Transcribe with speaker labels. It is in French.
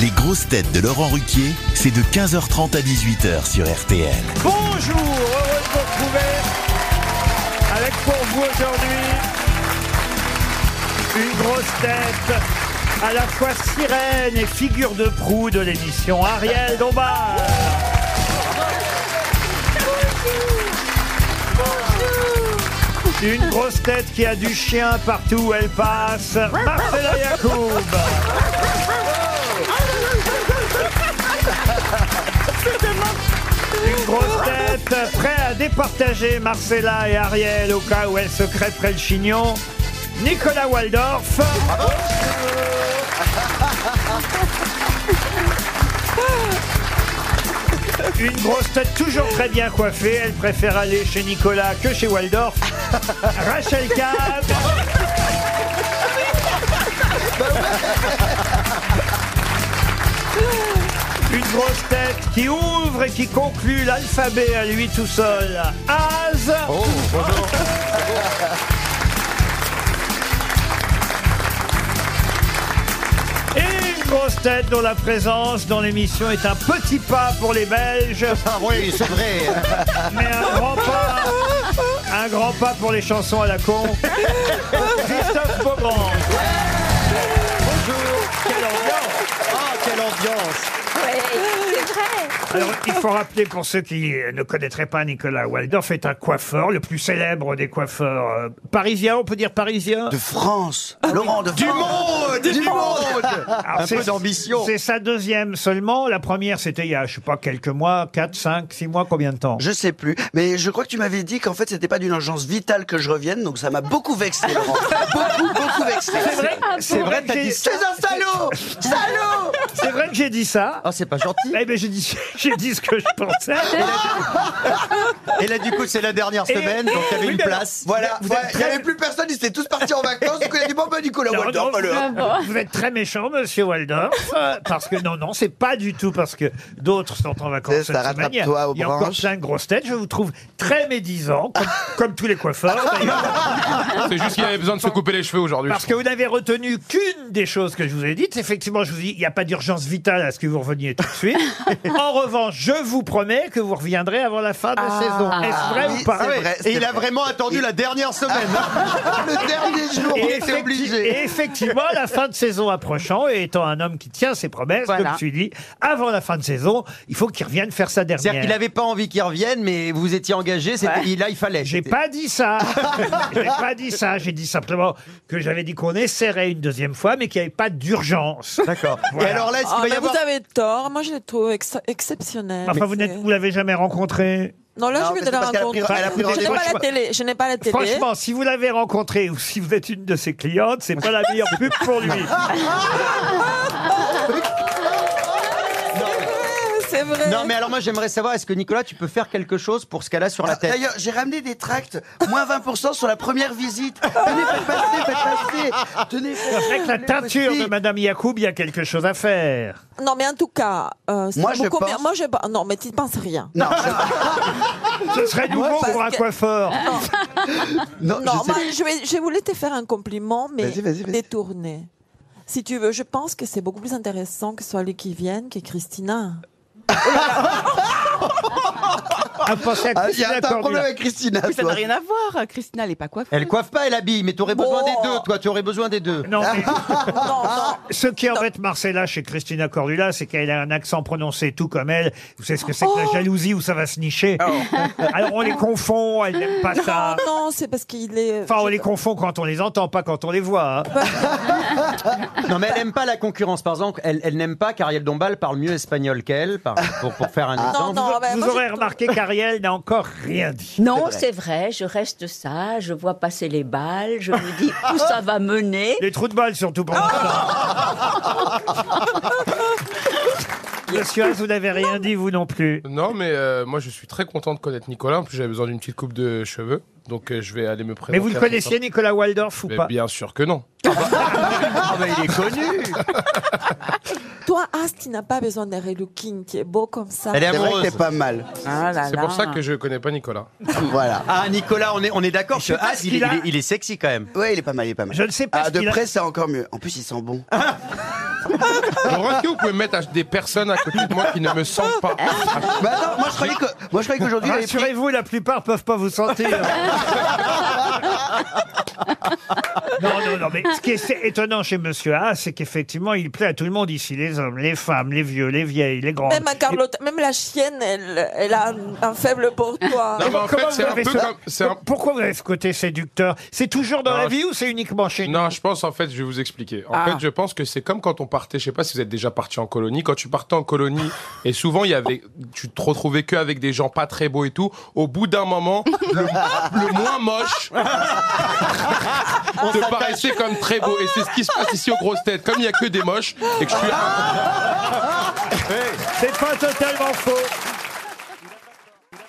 Speaker 1: Les grosses têtes de Laurent Ruquier, c'est de 15h30 à 18h sur RTL.
Speaker 2: Bonjour, heureux de vous retrouver avec pour vous aujourd'hui une grosse tête à la fois sirène et figure de proue de l'émission Ariel Dombard. Une grosse tête qui a du chien partout où elle passe, Marcela Yacoub. Une grosse tête prêt à départager Marcella et Ariel au cas où elle se crêperait le chignon. Nicolas Waldorf. Une grosse tête toujours très bien coiffée. Elle préfère aller chez Nicolas que chez Waldorf. Rachel Kahn. Une grosse tête qui ouvre et qui conclut l'alphabet à lui tout seul. Az.
Speaker 3: Oh,
Speaker 2: Et une grosse tête dont la présence dans l'émission est un petit pas pour les Belges,
Speaker 3: Ah Oui, c'est vrai.
Speaker 2: mais un grand pas, un grand pas pour les chansons à la con. Christophe Beaugrand. Bonjour. Quelle ambiance.
Speaker 3: Ah, quelle ambiance.
Speaker 2: Alors, il faut rappeler pour ceux qui ne connaîtraient pas Nicolas Waldorf est un coiffeur, le plus célèbre des coiffeurs euh, parisiens, on peut dire parisien.
Speaker 3: De France.
Speaker 4: Ah
Speaker 3: Laurent, de
Speaker 5: Du
Speaker 3: France.
Speaker 5: monde Du monde
Speaker 2: Alors,
Speaker 3: un
Speaker 2: c'est-
Speaker 3: peu d'ambition.
Speaker 2: C'est sa deuxième seulement. La première, c'était il y a, je sais pas, quelques mois, 4, 5, 6 mois, combien de temps
Speaker 4: Je sais plus, mais je crois que tu m'avais dit qu'en fait c'était pas d'une urgence vitale que je revienne, donc ça m'a beaucoup vexé, Laurent. beaucoup, beaucoup vexé.
Speaker 2: C'est vrai, que j'ai-
Speaker 4: C'est un salaud Salaud
Speaker 2: c'est vrai que j'ai dit ça.
Speaker 3: Ah, c'est pas gentil.
Speaker 2: Eh ben, j'ai dit, j'ai dit ce que je pensais.
Speaker 3: Et là, du coup, c'est la dernière
Speaker 2: Et-
Speaker 3: semaine, donc il y avait
Speaker 2: Oui,
Speaker 3: une
Speaker 2: mais alors-
Speaker 3: place.
Speaker 4: Voilà,
Speaker 2: Vous
Speaker 4: ouais,
Speaker 2: êtes
Speaker 4: il n'y avait plus personne, ils étaient tous partis en vacances, donc il a dit bon, bah Nicolas
Speaker 2: Non,
Speaker 4: Walter,
Speaker 2: non,
Speaker 4: alors.
Speaker 2: Vous êtes très méchant, monsieur Waldorf, euh, parce que non, non, c'est pas du tout parce que d'autres sont en vacances
Speaker 4: C'est
Speaker 2: cette
Speaker 4: ça,
Speaker 2: semaine. Il y a,
Speaker 4: rattrape-toi aux
Speaker 2: il y a encore
Speaker 4: branches.
Speaker 2: plein de grosses têtes. Je vous trouve très médisant, comme, comme tous les coiffeurs.
Speaker 4: Ah,
Speaker 2: d'ailleurs,
Speaker 5: C'est juste qu'il avait besoin de se couper les cheveux aujourd'hui.
Speaker 2: parce que vous n'avez retenu qu'une des choses que je vous ai dites. Effectivement, je vous dis, il n'y a pas d'urgence vitale à ce que vous reveniez tout de suite. en revanche, je vous promets que vous reviendrez avant la fin de la saison. Est-ce vrai
Speaker 4: Ah. oui,
Speaker 2: ou pas
Speaker 4: c'est vrai.
Speaker 3: Et il a vraiment attendu la dernière semaine.
Speaker 4: Le dernier jour,
Speaker 2: Et
Speaker 4: on était
Speaker 2: effecti-
Speaker 4: obligé.
Speaker 2: et effectivement, la fin de saison approchant, et étant un homme qui tient ses promesses, comme je suis dit, avant la fin de saison, il faut qu'il revienne faire sa
Speaker 3: C'est-à-dire qu'il
Speaker 2: dernière.
Speaker 3: n'avait pas envie qu'il revienne, mais vous étiez engagé, c'était- il- là, il fallait.
Speaker 2: J'ai pas dit ça. J'ai pas dit ça. J'ai dit simplement que j'avais dit qu'on essaierait une deuxième fois, mais qu'il n'y avait pas d'urgence.
Speaker 3: D'accord. bah,
Speaker 2: Voilà.
Speaker 3: Et alors là, est-ce qu'il
Speaker 6: Ah,
Speaker 3: va y
Speaker 6: mais
Speaker 3: avoir...
Speaker 6: Vous avez tort, moi je le trouve ex- exceptionnel.
Speaker 2: Enfin, vous
Speaker 6: C'est-
Speaker 2: n'êtes- vous l'avez jamais rencontré.
Speaker 6: Non, là
Speaker 4: Non,
Speaker 6: je
Speaker 4: mais
Speaker 6: vais
Speaker 4: c'est
Speaker 6: de la
Speaker 4: parce qu'elle a
Speaker 6: rencontre.
Speaker 4: pris- elle a pris
Speaker 6: je n'ai pas
Speaker 2: rendez-vous.
Speaker 6: la télé, je n'ai pas la télé.
Speaker 2: Franchement, si vous l'avez rencontré ou si vous êtes une de ses clientes, c'est pas la meilleure pub pour lui.
Speaker 6: C'est vrai.
Speaker 3: Non, mais alors moi, j'aimerais savoir, est-ce que Nicolas, tu peux faire quelque chose pour ce cas-là sur la tête
Speaker 4: D'ailleurs, j'ai ramené des tracts, moins 20% sur la première visite. Tenez, faites passer, faites passer. Tenez,
Speaker 2: Avec la teinture de Madame Yacoub, il y a quelque chose à faire.
Speaker 6: Non, mais en tout cas, euh, c'est
Speaker 4: Moi, je
Speaker 6: beaucoup
Speaker 4: pense-
Speaker 6: bien. Moi, je pas- Non, mais tu ne penses rien.
Speaker 4: Non,
Speaker 2: Ce serait nouveau
Speaker 6: parce
Speaker 2: pour un
Speaker 6: que-
Speaker 2: coiffeur.
Speaker 4: non,
Speaker 6: Non,
Speaker 4: je
Speaker 6: moi,
Speaker 4: sais-
Speaker 6: je, vais- je voulais te faire un compliment, mais
Speaker 4: Vas-y, vas-y, vas-y.
Speaker 6: détourné. Si tu veux, je pense que c'est beaucoup plus intéressant que ce soit lui qui vienne que Christina.
Speaker 2: Ah, pensez à
Speaker 4: Ah, Il y
Speaker 2: Christina
Speaker 4: a t'as un
Speaker 2: Cordula.
Speaker 4: problème avec Christina.
Speaker 7: Oui, ça
Speaker 4: Ah, toi.
Speaker 7: n'a rien à voir. Christina, elle n'est pas coiffée.
Speaker 3: Elle coiffe pas, elle habille, mais t'aurais besoin
Speaker 6: Bon.
Speaker 3: des deux, toi, tu aurais besoin des deux.
Speaker 2: Non, mais
Speaker 4: Ah,
Speaker 6: Non, Ah, non.
Speaker 2: ce qui embête Marcella chez Christina Cordula, c'est qu'elle a un accent prononcé tout comme elle. Vous savez ce que c'est que
Speaker 6: Oh.
Speaker 2: la jalousie où ça va se nicher Alors on les confond, elle n'aime pas ça.
Speaker 6: Non, Oh, non, c'est parce qu'il est.
Speaker 2: Enfin, on les confond quand on les entend, pas quand on les voit. hein.
Speaker 6: Bah,
Speaker 3: Non, mais elle aime pas la concurrence. Par exemple, elle, elle n'aime pas qu'Ariel Dombal parle mieux espagnol qu'elle, par- pour, pour faire
Speaker 4: Ah,
Speaker 3: un
Speaker 6: Non,
Speaker 3: exemple.
Speaker 6: non, bah,
Speaker 2: Vous
Speaker 6: moi,
Speaker 2: aurez
Speaker 6: j'ai-
Speaker 2: remarqué qu'Ariel n'a encore rien dit.
Speaker 8: Non, c'est vrai. je reste sage, je vois passer les balles, je me dis où ça va mener.
Speaker 2: Les trous de balle surtout pour l'instant. Monsieur Haas, vous n'avez rien dit, vous non plus.
Speaker 5: Non, mais euh, moi je suis très content de connaître Nicolas. En plus, j'avais besoin d'une petite coupe de cheveux. Donc euh, je vais aller me présenter.
Speaker 2: Mais vous le
Speaker 5: à son
Speaker 2: connaissiez, Nicolas Waldorf, ou
Speaker 5: Mais
Speaker 2: pas
Speaker 5: bien sûr que non.
Speaker 3: Ah, bah, il est connu.
Speaker 6: Toi, As, tu n'as pas besoin d'un relooking qui est beau comme ça.
Speaker 3: Elle est
Speaker 4: C'est vrai que
Speaker 3: amoureuse.
Speaker 4: t'es pas mal.
Speaker 7: Ah là
Speaker 5: C'est
Speaker 7: là.
Speaker 5: pour ça que je connais pas Nicolas.
Speaker 4: Voilà.
Speaker 3: Ah, Nicolas, on est, on est d'accord que
Speaker 2: sais pas
Speaker 3: As,
Speaker 2: ce
Speaker 3: il,
Speaker 2: qu'il
Speaker 3: est-
Speaker 2: a.
Speaker 3: il est- il est sexy quand même.
Speaker 4: Ouais, il est pas mal, il est pas mal.
Speaker 2: Je ne sais pas
Speaker 4: Ah,
Speaker 2: ce
Speaker 4: de
Speaker 2: qu'il a-
Speaker 4: près, c'est encore mieux. En plus, il sent bon.
Speaker 5: Laurent, est-ce que vous pouvez mettre à- des personnes à côté de moi qui ne me sentent pas
Speaker 4: Bah non, moi je croyais que- moi, je croyais qu'aujourd'hui, il avait pris-
Speaker 2: Rassurez-vous, la plupart peuvent pas vous sentir. non, non, non, mais ce qui est étonnant chez Monsieur A, c'est qu'effectivement, il plaît à tout le monde ici, les hommes, les femmes, les vieux, les vieilles, les
Speaker 5: Eh,
Speaker 2: grands.
Speaker 6: Même à Carlotta, même la chienne, elle, elle a un, un faible pour toi.
Speaker 5: Non, mais en fait,
Speaker 2: Comment
Speaker 5: Eh, c'est
Speaker 2: vous
Speaker 5: un
Speaker 2: avez
Speaker 5: peu
Speaker 2: ce-
Speaker 5: comme. c'est un-
Speaker 2: Pourquoi vous avez ce côté séducteur C'est toujours dans
Speaker 5: Non,
Speaker 2: la
Speaker 5: je-
Speaker 2: vie ou c'est uniquement chez nous
Speaker 5: Non, je pense en fait, je vais vous expliquer. En fait, je pense que c'est comme quand on partait, je sais pas si vous êtes déjà parti en colonie, quand tu partais en colonie et souvent il y avait tu te retrouvais que avec des gens pas très beaux et tout, au bout d'un moment, le, le moins moche te paraissait comme très beau et c'est ce qui se passe ici aux grosses têtes, comme il y a que des moches et que je suis
Speaker 2: C'est pas totalement faux.